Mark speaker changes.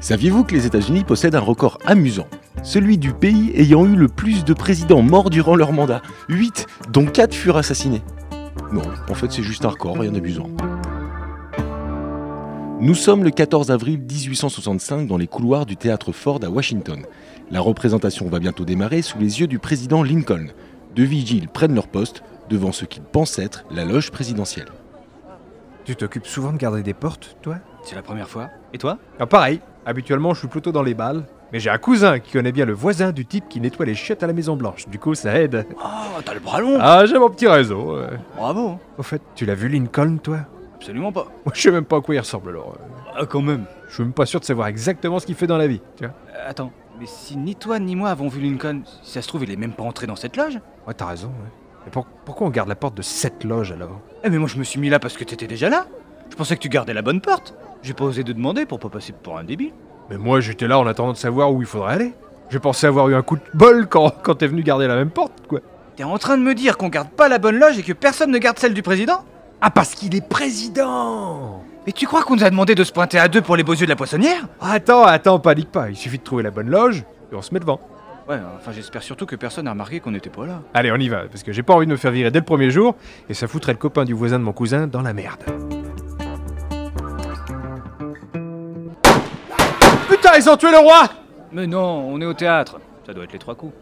Speaker 1: Saviez-vous que les États-Unis possèdent un record amusant Celui du pays ayant eu le plus de présidents morts durant leur mandat. 8, dont 4 furent assassinés. Non, en fait c'est juste un record, rien d'amusant. Nous sommes le 14 avril 1865 dans les couloirs du théâtre Ford à Washington. La représentation va bientôt démarrer sous les yeux du président Lincoln. Deux vigiles prennent leur poste devant ce qu'ils pensent être la loge présidentielle.
Speaker 2: Tu t'occupes souvent de garder des portes, toi
Speaker 3: C'est la première fois. Et toi
Speaker 2: Ah, Pareil, habituellement je suis plutôt dans les balles. Mais j'ai un cousin qui connaît bien le voisin du type qui nettoie les chiottes à la Maison Blanche, du coup ça aide.
Speaker 3: Oh, t'as le bras long
Speaker 2: Ah, j'ai mon petit réseau. euh.
Speaker 3: Bravo hein.
Speaker 2: Au fait, tu l'as vu Lincoln, toi
Speaker 3: Absolument pas.
Speaker 2: Moi je sais même pas à quoi il ressemble alors. euh.
Speaker 3: Ah, quand même.
Speaker 2: Je suis même pas sûr de savoir exactement ce qu'il fait dans la vie, tu vois.
Speaker 3: Euh, attends, mais si ni toi ni moi avons vu Lincoln, si ça se trouve, il est même pas entré dans cette loge
Speaker 2: Ouais, t'as raison, ouais. Mais pour- pourquoi on garde la porte de cette loge alors
Speaker 3: Eh, mais moi je me suis mis là parce que t'étais déjà là Je pensais que tu gardais la bonne porte J'ai pas osé te demander pour pas passer pour un débile.
Speaker 2: Mais moi j'étais là en attendant de savoir où il faudrait aller. Je pensais avoir eu un coup de bol quand, quand t'es venu garder la même porte, quoi.
Speaker 3: T'es en train de me dire qu'on garde pas la bonne loge et que personne ne garde celle du président
Speaker 2: Ah, parce qu'il est président
Speaker 3: Mais tu crois qu'on nous a demandé de se pointer à deux pour les beaux yeux de la poissonnière
Speaker 2: Attends, attends, panique pas, il suffit de trouver la bonne loge et on se met devant.
Speaker 3: Ouais, enfin j'espère surtout que personne n'a remarqué qu'on n'était pas là.
Speaker 2: Allez, on y va, parce que j'ai pas envie de me faire virer dès le premier jour, et ça foutrait le copain du voisin de mon cousin dans la merde. Putain, ils ont tué le roi
Speaker 3: Mais non, on est au théâtre. Ça doit être les trois coups.